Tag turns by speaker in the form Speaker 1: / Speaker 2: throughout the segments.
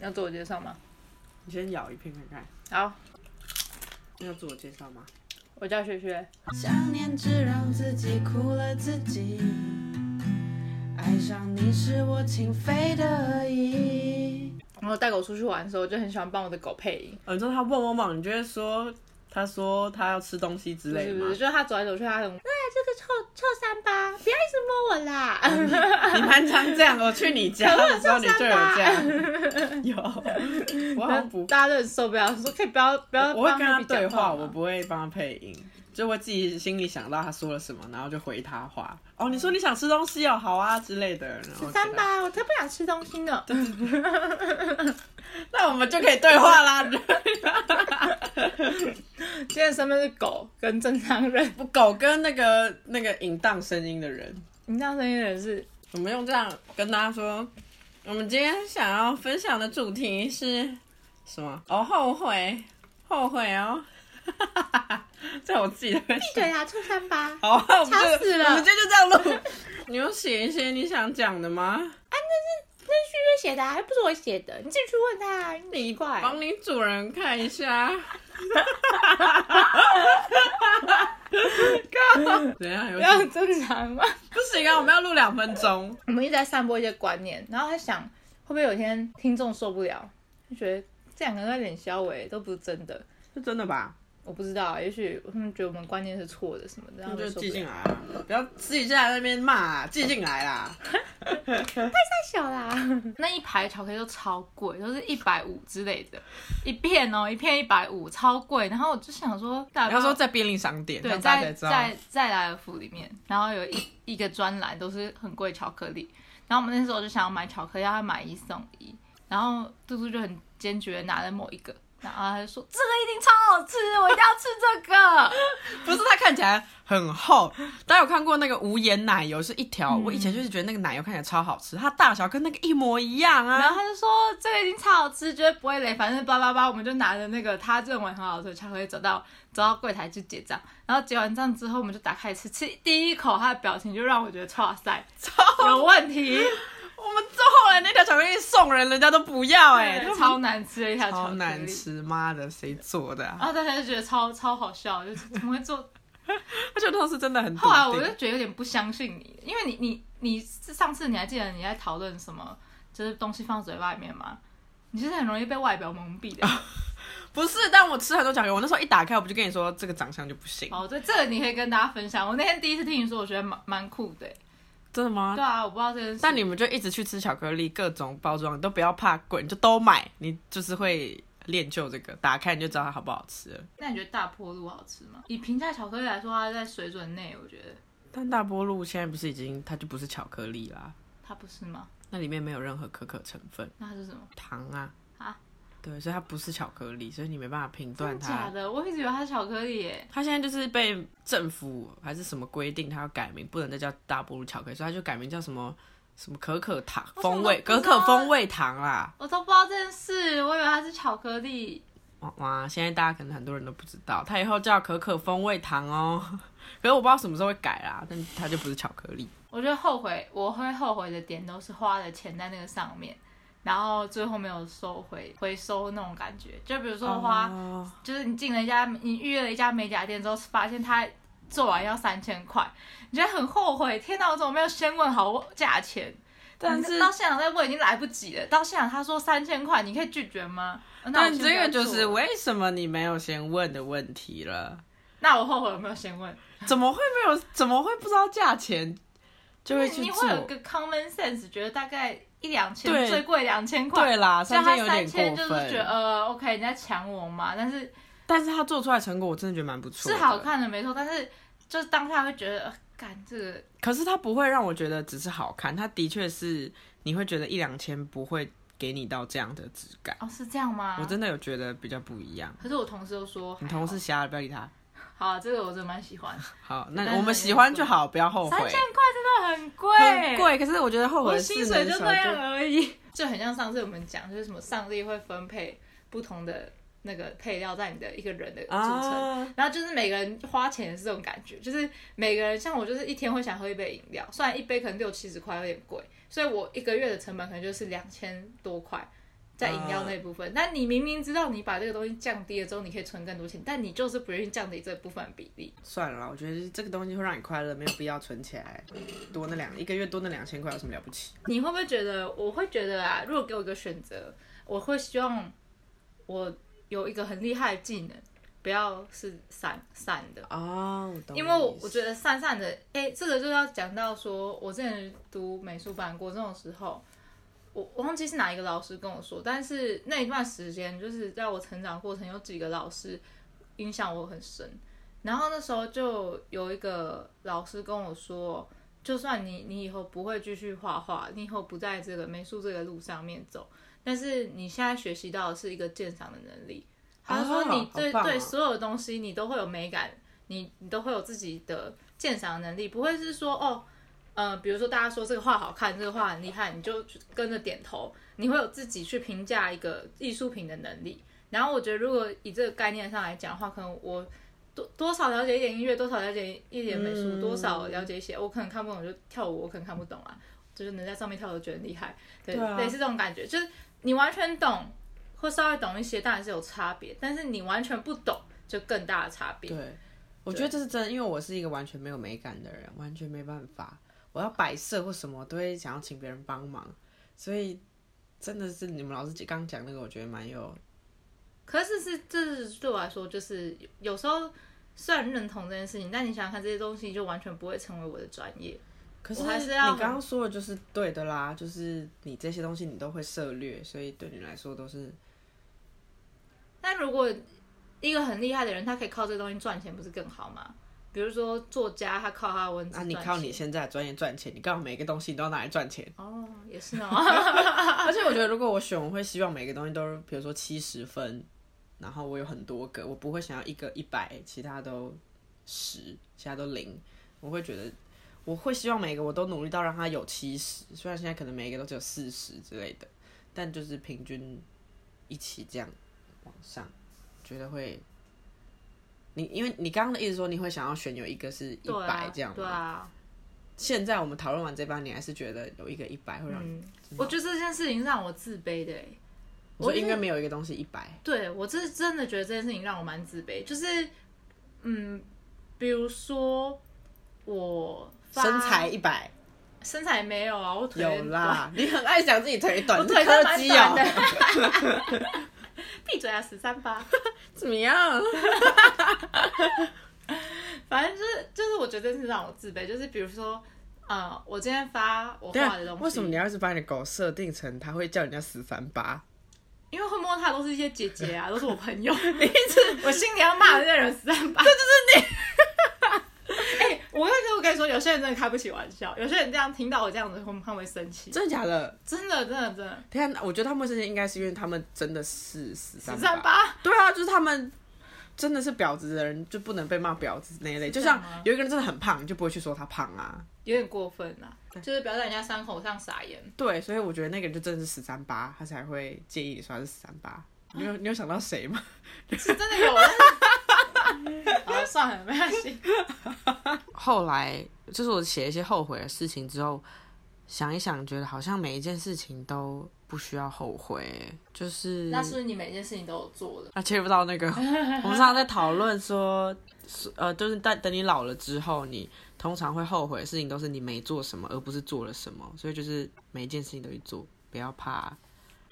Speaker 1: 要自我介绍吗？
Speaker 2: 你先咬一片看看。
Speaker 1: 好，
Speaker 2: 要自我介绍吗？
Speaker 1: 我叫雪雪，
Speaker 3: 想念只让自己苦了自己，爱上你是我情非得已。
Speaker 1: 然后带狗出去玩的时候，我就很喜欢帮我的狗配音，
Speaker 2: 哦，你知道他汪汪汪，你就会说，他说他要吃东西之
Speaker 1: 不
Speaker 2: 类
Speaker 1: 是
Speaker 2: 的
Speaker 1: 不
Speaker 2: 吗
Speaker 1: 是，？就是它走来走去，它很，哎，这个臭臭三八，不要一直摸我啦。
Speaker 2: 你蛮常这样，我去你家的时候你就有这样， 有，我好像不，
Speaker 1: 大家都很受不了，说可以不要不要
Speaker 2: 我会
Speaker 1: 帮
Speaker 2: 跟他
Speaker 1: 比较
Speaker 2: 对话，
Speaker 1: 胖吗
Speaker 2: 我不会帮他配音，就会自己心里想到他说了什么，然后就回他话。哦，你说你想吃东西哦，好啊之类的，然后
Speaker 1: 三
Speaker 2: 就来，
Speaker 1: 八，我才不想吃东西呢。
Speaker 2: 那我们就可以对话啦。
Speaker 1: 今天的身份是狗跟正常人，
Speaker 2: 狗跟那个那个淫荡声音的人，
Speaker 1: 你这样声音的人是
Speaker 2: 我们用这样跟大家说，我们今天想要分享的主题是什么？哦，后悔，后悔哦， 在我自己的闭
Speaker 1: 对啊，臭三 八。
Speaker 2: 好啊，我们
Speaker 1: 吵
Speaker 2: 就
Speaker 1: 死了
Speaker 2: 我们今天就这样录。你有写一些你想讲的吗？
Speaker 1: 那是旭旭写的、啊，又不是我写的，你自己去问他、啊，你奇怪。
Speaker 2: 帮你主人看一下。 怎样？有
Speaker 1: 不要正常吗？
Speaker 2: 不行啊！我们要录两分钟。
Speaker 1: 我们一直在散播一些观念，然后在想会不会有一天听众受不了，就觉得这两个人在脸消委都不是真的。
Speaker 2: 是真的吧？
Speaker 1: 我不知道，啊也许他们觉得我们观念是错的什么的，然后
Speaker 2: 那就
Speaker 1: 受不
Speaker 2: 寄进
Speaker 1: 了。
Speaker 2: 来啊！不要自己在那边骂、啊，寄进来啦。
Speaker 1: 太小啦， 那一排巧克力都超贵，都是一百五之类的，一片哦，一片一百五，超贵。然后我就想说，大
Speaker 2: 然后说在便利商店，
Speaker 1: 对，
Speaker 2: 让大家
Speaker 1: 在
Speaker 2: 知道
Speaker 1: 在在莱尔福里面，然后有一一个专栏都是很贵巧克力，然后我们那时候就想要买巧克力，要买一送一，然后嘟嘟就很坚决地拿了某一个，然后他就说这个一定超好吃，我一定要吃这个。
Speaker 2: 不是它看起来很厚，大家有看过那个无盐奶油是一条，
Speaker 1: 嗯
Speaker 2: 我以前就是觉得那个奶油看起来超好吃，它大小跟那个一模一样啊。
Speaker 1: 然后他就说这个已经超好吃，绝对不会雷，反正叭叭叭，我们就拿着那个他认为很好吃的巧克力走到走到柜台去结账，然后结完账之后，我们就打开吃，吃第一口他的表情就让我觉得哇塞，有问题，
Speaker 2: 我们最后来那条巧克力送人，人家都不要哎、
Speaker 1: 对
Speaker 2: 他们
Speaker 1: 超难吃的嗯一条巧克
Speaker 2: 超
Speaker 1: 力，
Speaker 2: 难吃，妈的，谁做的、啊？
Speaker 1: 然后大家就觉得超超好笑，就是怎么会 做？
Speaker 2: 而且当时真的很
Speaker 1: 后来
Speaker 2: 笃
Speaker 1: 我
Speaker 2: 定
Speaker 1: 就觉得有点不相信你，因为你你你是上次你还记得你在讨论什么，就是东西放嘴巴里面吗？你是很容易被外表蒙蔽的。
Speaker 2: 哦不是，但我吃很多巧克力，我那时候一打开我不就跟你说这个长相就不行，
Speaker 1: 哦，对，这个你可以跟大家分享。我那天第一次听你说，我觉得蛮蛮酷的欸。
Speaker 2: 真的吗
Speaker 1: 对？啊，我不知道这件事。
Speaker 2: 但你们就一直去吃巧克力，各种包装，你都不要怕贵，你就都买，你就是会练就这个，打开你就知道它好不好吃了。
Speaker 1: 那你觉得大坡路好吃吗？以平价巧克力来说，它在水准内，我觉得
Speaker 2: 但大波露现在不是已经它就不是巧克力啦，
Speaker 1: 它不是吗？
Speaker 2: 那里面没有任何可可成分，
Speaker 1: 那它是什么？
Speaker 2: 糖啊
Speaker 1: 啊，
Speaker 2: 对，所以它不是巧克力，所以你没办法评
Speaker 1: 真
Speaker 2: 断
Speaker 1: 的假
Speaker 2: 它。
Speaker 1: 的？我一直以为它是巧克力耶。
Speaker 2: 它现在就是被政府还是什么规定，它要改名，不能再叫大波露巧克力，所以它就改名叫什么什么可可糖
Speaker 1: 我怎么
Speaker 2: 风味，
Speaker 1: 都不
Speaker 2: 可
Speaker 1: 知道啊
Speaker 2: 可风味糖啦。
Speaker 1: 我都不知道这件事，我以为它是巧克力。
Speaker 2: 哇哇！现在大家可能很多人都不知道，它以后叫可可风味糖哦。 可是我不知道什么时候会改啦，但它就不是巧克力。
Speaker 1: 我觉得后悔，我会后悔的点都是花了钱在那个上面，然后最后没有收回回收那种感觉。就比如说花
Speaker 2: 哦
Speaker 1: 就是你进了一家，你预约了一家美甲店之后，发现它做完要三千块，你觉得很后悔。天哪，我怎么没有先问好价钱？
Speaker 2: 但是
Speaker 1: 到现场再问已经来不及了。到现场他说三千块，你可以拒绝吗？哦那我
Speaker 2: 但
Speaker 1: 先不
Speaker 2: 这
Speaker 1: 要
Speaker 2: 个就是
Speaker 1: 做
Speaker 2: 为什么你没有先问的问题了？
Speaker 1: 那我后悔有没有先问？
Speaker 2: 怎么会没有？怎么会不知道价钱就会去
Speaker 1: 你
Speaker 2: 做
Speaker 1: 会？有个 common sense，觉得大概一两千
Speaker 2: 对
Speaker 1: 最贵两千块，
Speaker 2: 对啦，
Speaker 1: 所以
Speaker 2: 啊三
Speaker 1: 他
Speaker 2: 千有
Speaker 1: 三
Speaker 2: 点
Speaker 1: 千就
Speaker 2: 过
Speaker 1: 是觉得
Speaker 2: 分。
Speaker 1: 呃 OK 你在抢我嘛，但是
Speaker 2: 但是他做出来的成果，我真的觉得蛮不错，
Speaker 1: 是好。看的没错，但是就是当下会觉得，呃干、这个
Speaker 2: 可是它不会让我觉得只是好看，它的确是你会觉得一两千不会给你到这样的质感。
Speaker 1: 哦是这样吗？
Speaker 2: 我真的有觉得比较不一样。
Speaker 1: 可是我同事都说，
Speaker 2: 你同事瞎了，不要理他。
Speaker 1: 好啊，这个我真的蛮喜欢，
Speaker 2: 好，
Speaker 1: 但
Speaker 2: 那
Speaker 1: 是
Speaker 2: 我
Speaker 1: 很
Speaker 2: 们喜欢就好，不要后悔
Speaker 1: 三。千块真的 很贵，
Speaker 2: 很，贵，可是我觉得后悔
Speaker 1: 我
Speaker 2: 的
Speaker 1: 薪
Speaker 2: 事
Speaker 1: 水
Speaker 2: 呢
Speaker 1: 就
Speaker 2: 小
Speaker 1: 那样而已。就很像上次我们讲，就是什么上帝会分配不同的那个配料在你的一个人的组成。
Speaker 2: 啊。
Speaker 1: 然后就是每个人花钱也是这种感觉，就是每个人像我就是一天会想喝一杯饮料，虽然一杯可能六七十块有点贵，所以我一个月的成本可能就是两千多块，在饮料那部分。那你明明知道你把这个东西降低了之后，你可以存更多钱，但你就是不愿意降低这部分比例。
Speaker 2: 算了啦，我觉得这个东西会让你快乐，没有必要存起来，多那两一个月多那两千块有什么了不起？
Speaker 1: 你会不会觉得？我会觉得啊，如果给我一个选择，我会希望我有一个很厉害的技能，不要是散散的。
Speaker 2: 哦，我懂
Speaker 1: 因为我我觉得散散的，哎、这个就要讲到说，我之前读美术班国中的时候，我我忘记是哪一个老师跟我说，但是那一段时间，就是在我成长过程，有几个老师影响我很深。然后那时候就有一个老师跟我说，就算你你以后不会继续画画，你以后不在这个美术这个路上面走，但是你现在学习到的是一个鉴赏的能力。他说
Speaker 2: 哦
Speaker 1: 你对、
Speaker 2: 好棒哦
Speaker 1: 对所有东西你都会有美感，你你都会有自己的鉴赏能力，不会是说哦，呃，比如说大家说这个画好看，这个画很厉害，你就跟着点头，你会有自己去评价一个艺术品的能力。然后我觉得，如果以这个概念上来讲的话，可能我多多少了解一点音乐，多少了解一点美术，
Speaker 2: 嗯
Speaker 1: 多少了解一些，我可能看不懂就跳舞，我可能看不懂啊，就是能在上面跳，我觉得很厉害，对，
Speaker 2: 对啊
Speaker 1: 类似这种感觉，就是你完全懂或稍微懂一些，当然是有差别，但是你完全不懂就更大的差别。
Speaker 2: 对，我觉得这是真的，因为我是一个完全没有美感的人，完全没办法。我要摆设或什么，我都会想要请别人帮忙，所以真的是你们老师刚讲那个，我觉得蛮有
Speaker 1: 可是是这是对我来说，就是有时候虽然认同这件事情，但你想想看，这些东西就完全不会成为我的专业。
Speaker 2: 可是
Speaker 1: 我还是
Speaker 2: 你
Speaker 1: 要
Speaker 2: 刚刚说的就是对的啦，就是你这些东西你都会涉略，所以对你来说都是
Speaker 1: 但如果一个很厉害的人，他可以靠这东西赚钱，不是更好吗？比如说作家，他靠他的文字
Speaker 2: 啊，
Speaker 1: 赚
Speaker 2: 你
Speaker 1: 钱。
Speaker 2: 靠你现在的专业赚钱，你干嘛每个东西你都要拿来赚钱？
Speaker 1: 哦，也是 哦。
Speaker 2: 而且我觉得如果我选，我会希望每个东西都，比如说七十分，然后我有很多个，我不会想要一个一百，其他都十，其他都零，我会觉得。我会希望每个我都努力到让它有七十，虽然现在可能每一个都只有四十之类的，但就是平均一起这样往上，觉得会。你因为你刚刚的意思说你会想要选有一个是一
Speaker 1: 对
Speaker 2: 百
Speaker 1: 啊，
Speaker 2: 这样吗？
Speaker 1: 对啊，
Speaker 2: 现在我们讨论完这半，你还是觉得有一个一百会让你，
Speaker 1: 嗯，我觉得这件事情让我自卑的欸、
Speaker 2: 我说
Speaker 1: 我是
Speaker 2: 应该没有一个东西一百。
Speaker 1: 对我这真的觉得这件事情让我蛮自卑，就是嗯，比如说我发
Speaker 2: 身材一百
Speaker 1: 身材没有啊，我腿
Speaker 2: 有啦，你很爱讲自己腿短，
Speaker 1: 我
Speaker 2: 你
Speaker 1: 腿
Speaker 2: 是
Speaker 1: 真
Speaker 2: 柯
Speaker 1: 蛮
Speaker 2: 基
Speaker 1: 短
Speaker 2: 哦，
Speaker 1: 的。闭嘴啊，十三八！
Speaker 2: 怎么样？
Speaker 1: 反正就是就是，我觉得是让我自卑。就是比如说，呃，我今天发我
Speaker 2: 对
Speaker 1: 画
Speaker 2: 啊
Speaker 1: 的东，西，
Speaker 2: 为什么你要是把你的狗设定成它会叫人家死三八？
Speaker 1: 因为会摸它的都是一些姐姐啊，都是我朋 友。你直我心里要骂的那人十三八，这就是 你。哎、我跟你我跟你说，有些人真的开不起玩笑，有些人这样听到我这样子，他们他们会生气，
Speaker 2: 真的假的？
Speaker 1: 真的真的真的
Speaker 2: 天啊，我觉得他们这些应该是因为他们真的是
Speaker 1: 十
Speaker 2: 死三
Speaker 1: 三。八。
Speaker 2: 对啊，就是他们真的是婊子的人就不能被骂婊子那一类。就
Speaker 1: 这样
Speaker 2: 像
Speaker 1: 吗
Speaker 2: 有一个人真的很胖，你就不会去说他胖啊。
Speaker 1: 有点过分啦、就是不要在人家伤口上撒盐。
Speaker 2: 对，所以我觉得那个人就真的是死三八，他才会介意你说他是死三八。你有你有想到谁吗？
Speaker 1: 是真的有 人。好，算了，没关系。
Speaker 2: 后来就是我写一些后悔的事情之后，想一想，觉得好像每一件事情都不需要后悔，就是
Speaker 1: 那是不是你每件事情都有做了？
Speaker 2: 啊，切不到那个。我 们常常在讨论说，呃，就是在等你老了之后，你通常会后悔的事情都是你没做什么，而不是做了什么。所以就是每一件事情都去做，不要怕。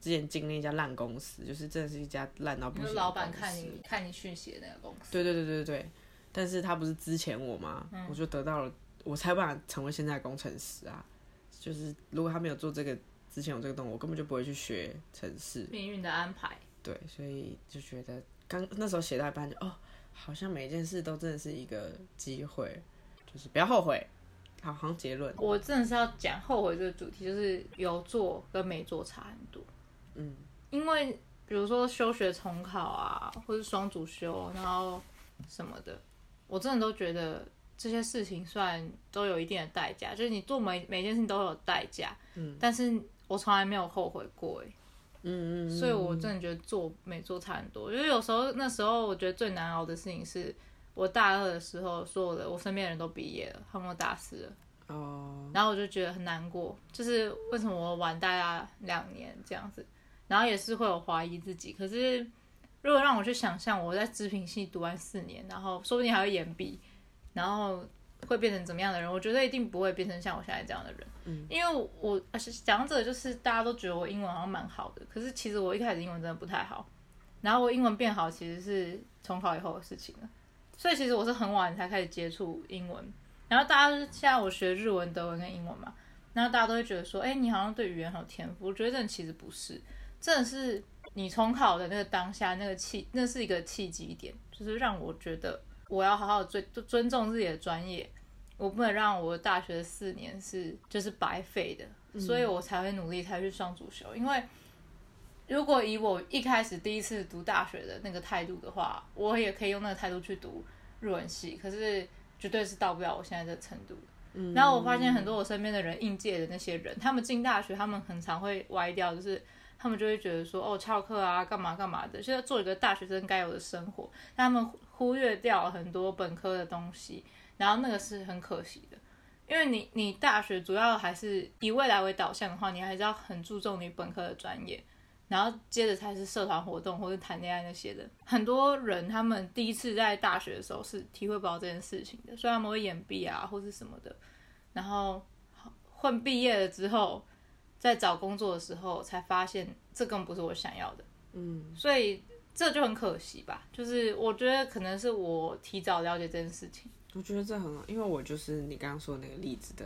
Speaker 2: 之前经历一家烂公司，就是真的是一家烂到不
Speaker 1: 你
Speaker 2: 行
Speaker 1: 说
Speaker 2: 的
Speaker 1: 老板
Speaker 2: 公
Speaker 1: 看
Speaker 2: 司
Speaker 1: 你看你讯息的那个公司，
Speaker 2: 对对对对对，但是他不是之前我吗？我就得到了，我才有办法成为现在的工程师啊。就是如果他没有做这个之前有这个动作，我根本就不会去学程式。
Speaker 1: 命运的安排。
Speaker 2: 对，所以就觉得刚那时候写到一半就哦，好像每件事都真的是一个机会，就是不要后悔。好，好像结论。
Speaker 1: 我真的是要讲后悔这个主题，就是有做跟没做差很多。
Speaker 2: 嗯，
Speaker 1: 因为比如说休学重考啊，或是双主修，然后什么的，我真的都觉得这些事情虽然都有一定的代价，就是你做每每件事情都有代价，嗯，但是我从来没有后悔过、欸，
Speaker 2: 嗯嗯嗯，
Speaker 1: 所以我真的觉得做没做差很多。就是有时候那时候我觉得最难熬的事情是，我大二的时候，所有的我身边的人都毕业了，他们都大四了，
Speaker 2: 哦，
Speaker 1: 然后我就觉得很难过，就是为什么我晚大家两年这样子，然后也是会有怀疑自己。可是如果让我去想象我在织品系读完四年，然后说不定还会延毕，然后会变成怎么样的人？我觉得一定不会变成像我现在这样的人。嗯，因为我而且讲者就是大家都觉得我英文好像蛮好的，可是其实我一开始英文真的不太好。然后我英文变好其实是重考以后的事情了，所以其实我是很晚才开始接触英文。然后大家现在我学日文、德文跟英文嘛，然后大家都会觉得说，哎，你好像对语言很有天赋。我觉得这其实不是，真的是你重考的那个当下那个契，那是一个契机点，就是让我觉得我要好好尊尊重自己的专业，我不能让我大学四年是就是白费的，所以我才会努力才去双主修，因为。如果以我一开始第一次读大学的那个态度的话，我也可以用那个态度去读日文系，可是绝对是到不了我现在的程度。嗯、然后我发现很多我身边的人应届的那些人，他们进大学，他们很常会歪掉，就是他们就会觉得说，哦，翘课啊，干嘛干嘛的，就是要做一个大学生该有的生活。但他们忽略掉了很多本科的东西，然后那个是很可惜的。因为你你大学主要还是以未来为导向的话，你还是要很注重你本科的专业。然后接着才是社团活动或者谈恋爱那些的。很多人他们第一次在大学的时候是体会不到这件事情的，所以他们会延毕啊或是什么的。然后混毕业了之后，在找工作的时候才发现这更不是我想要的。嗯，所以这就很可惜吧。就是我觉得可能是我提早了解这件事情。
Speaker 2: 我觉得这很好，因为我就是你刚刚说的那个例子的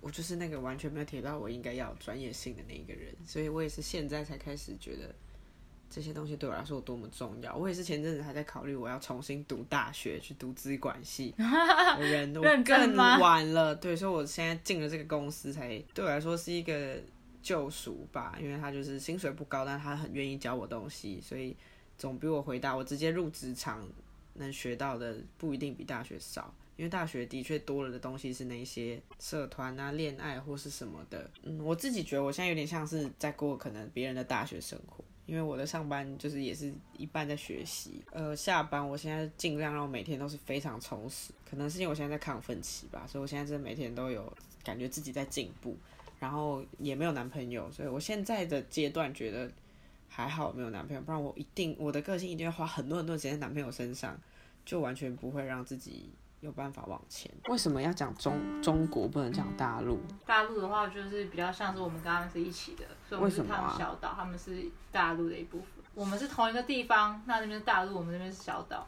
Speaker 2: 我就是那个完全没有提到我应该要有专业性的那一个人，所以我也是现在才开始觉得这些东西对我来说有多么重要。我也是前阵子还在考虑我要重新读大学，去读资管 系，我人都
Speaker 1: 认真
Speaker 2: 更
Speaker 1: 吗
Speaker 2: 晚了。对，所以我现在进了这个公司才对我来说是一个救赎吧，因为他就是薪水不高，但他很愿意教我东西，所以总比我回答我直接入职场能学到的不一定比大学少，因为大学的确多了的东西是那一些社团啊、恋爱或是什么的。嗯，我自己觉得我现在有点像是在过可能别人的大学生活，因为我的上班就是也是一半在学习，呃，下班我现在尽量让我每天都是非常充实，可能是因为我现在在亢奋期吧，所以我现在真的每天都有感觉自己在进步。然后也没有男朋友，所以我现在的阶段觉得还好没有男朋友，不然我一定我的个性一定要花很多很多的时间在男朋友身上，就完全不会让自己有办法往前。为什么要讲中中国不能讲大陆？
Speaker 1: 大陆的话就是比较像是我们跟他们是一起的，所以我们是
Speaker 2: 为什么
Speaker 1: 他
Speaker 2: 啊
Speaker 1: 们小岛，他们是大陆的一部分。我们是同一个地方，那那边是大陆，我们那边是小岛。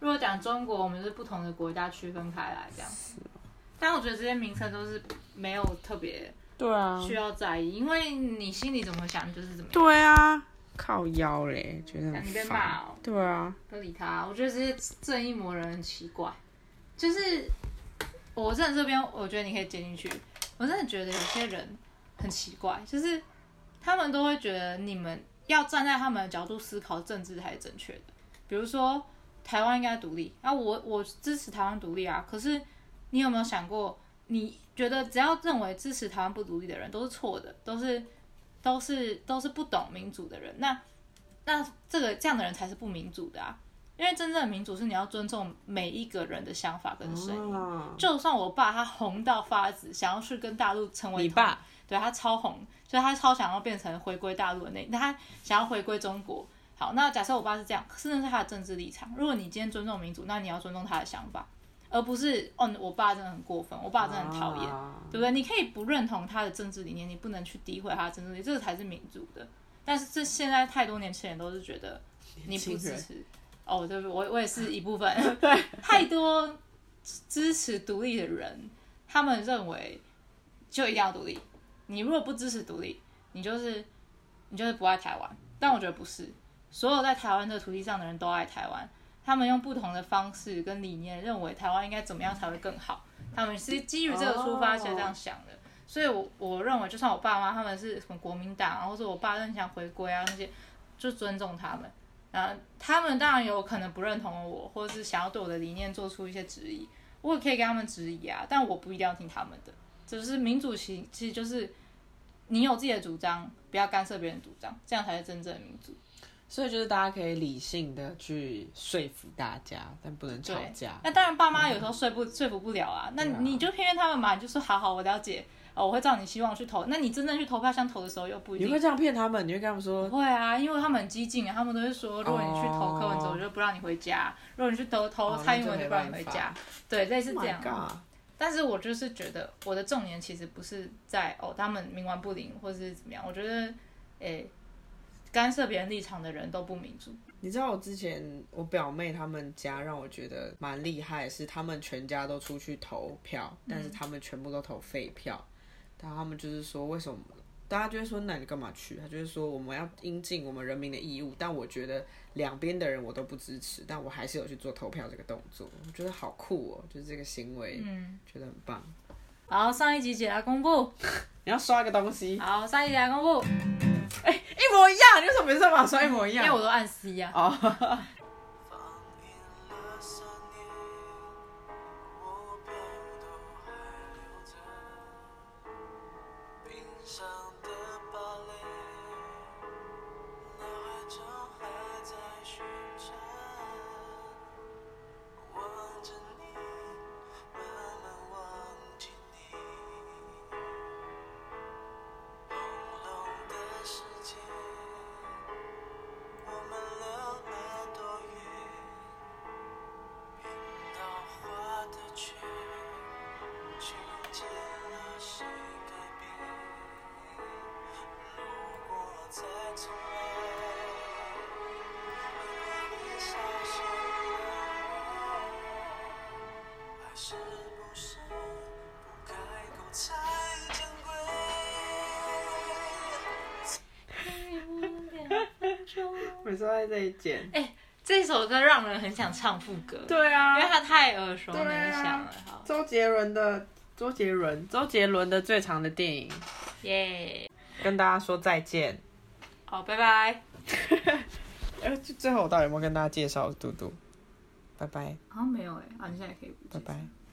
Speaker 1: 如果讲中国，我们是不同的国家区分开来这样子。
Speaker 2: 哦
Speaker 1: 但我觉得这些名称都是没有特别
Speaker 2: 对啊
Speaker 1: 需要在意，因为你心里怎么想就是怎么样，
Speaker 2: 对啊，靠腰嘞，觉得很
Speaker 1: 你被
Speaker 2: 烦。
Speaker 1: 骂哦。
Speaker 2: 对啊，
Speaker 1: 不理他。我觉得这些正义魔人很奇怪，就是我真的这边，我觉得你可以接进去。我真的觉得有些人很奇怪，就是他们都会觉得你们要站在他们的角度思考政治才是正确的。比如说台湾应该独立，啊，我我支持台湾独立啊，可是你有没有想过，你觉得只要认为支持台湾不独立的人都是错的，都是都是都是不懂民主的人，那那这个这样的人才是不民主的啊。因为真正的民主是你要尊重每一个人的想法跟声音，
Speaker 2: 啊，
Speaker 1: 就算我爸他红到发紫，想要去跟大陆成为
Speaker 2: 你
Speaker 1: 同
Speaker 2: 爸
Speaker 1: 对他超红，所以他超想要变成回归大陆的那，他想要回归中国。好，那假设我爸是这样，可是那是他的政治立场。如果你今天尊重民主，那你要尊重他的想法，而不是哦，我爸真的很过分，我爸真的很讨厌，
Speaker 2: 啊
Speaker 1: 对不对？你可以不认同他的政治理念，你不能去诋毁他的政治理念，这个才是民主的。但是这现在太多年轻人都是觉得你不
Speaker 2: 轻
Speaker 1: 支
Speaker 2: 人
Speaker 1: 持哦，对不对？我我也是一部 分，太多支持独立的人，他们认为就一定要独立。你如果不支持独立，你就是你就是不爱台湾。但我觉得不是，所有在台湾这个土地上的人都爱台湾，他们用不同的方式跟理念认为台湾应该怎么样才会更好，他们是基于这个出发才这样想的。所以我我认为，就算我爸妈他们是什么国民党啊，或者我爸很想回归啊那些，就尊重他们。然后他们当然有可能不认同我，或者是想要对我的理念做出一些质疑，我也可以跟他们质疑啊，但我不一定要听他们的。只是民主其其实就是你有自己的主张，不要干涉别人的主张，这样才是真正的民主。
Speaker 2: 所以就是大家可以理性的去说服大家，但不能吵
Speaker 1: 对
Speaker 2: 架。
Speaker 1: 那当然，爸妈有时候说不、说服不了啊，那
Speaker 2: 对啊
Speaker 1: 你就骗骗他们嘛，你就说好好我了解，哦，我会照你希望去投，那你真正去投票箱投的时候又不一
Speaker 2: 你
Speaker 1: 定
Speaker 2: 会这样骗他们？你会跟他们说
Speaker 1: 不会啊，因为他们很激进啊，他们都是说，如果你去投柯文哲，
Speaker 2: 哦
Speaker 1: 我就不让你回家；如果你去投投
Speaker 2: 哦
Speaker 1: 蔡英文，
Speaker 2: 那
Speaker 1: 就
Speaker 2: 就
Speaker 1: 不
Speaker 2: 没
Speaker 1: 让你回
Speaker 2: 办法
Speaker 1: 家。对，类似这样。
Speaker 2: Oh my god
Speaker 1: 但是我就是觉得我的重点其实不是在哦他们冥顽不灵或是怎么样，我觉得诶、干涉别人立场的人都不民主。
Speaker 2: 你知道我之前我表妹他们家让我觉得蛮厉害，是他们全家都出去投票，
Speaker 1: 嗯
Speaker 2: 但是他们全部都投废票。然后他们就是说为什么？大家就会说那你干嘛去？他就是说我们要应尽我们人民的义务。但我觉得两边的人我都不支持，但我还是有去做投票这个动作，我觉得好酷哦，就是这个行为，
Speaker 1: 嗯，
Speaker 2: 觉得很棒。
Speaker 1: 好，上一集解答公布，
Speaker 2: 你要刷一个东西，
Speaker 1: 好，上一集解答公布，哎
Speaker 2: 一模一样，你为什么每次都把它刷一模一
Speaker 1: 因
Speaker 2: 样？
Speaker 1: 为我都按 C 呀、啊。
Speaker 2: 哦，
Speaker 3: 放眼了三年，国标都还留着，冰上的芭蕾，脑海中还在旋转，望着你，慢慢忘记你，朦胧的世界。我们流了多远？冰岛画的圈，去见了谁改变？如果再重来，和你消失的爱，还是不是不开口才珍贵？
Speaker 2: 每次都在这里剪。
Speaker 1: 这首歌让人很想唱副歌，
Speaker 2: 对啊，
Speaker 1: 因为它太耳熟能
Speaker 2: 对啊
Speaker 1: 详了。好，
Speaker 2: 周杰伦的周杰伦，周杰伦的最长的电影，
Speaker 1: 耶，
Speaker 2: 跟大家说再见。
Speaker 1: 好，拜拜。
Speaker 2: 哎，最后我到底有没有跟大家介绍嘟嘟？拜拜，
Speaker 1: 好像没有哎、啊，你现在也可以不介
Speaker 2: 拜
Speaker 1: 绍
Speaker 2: 拜。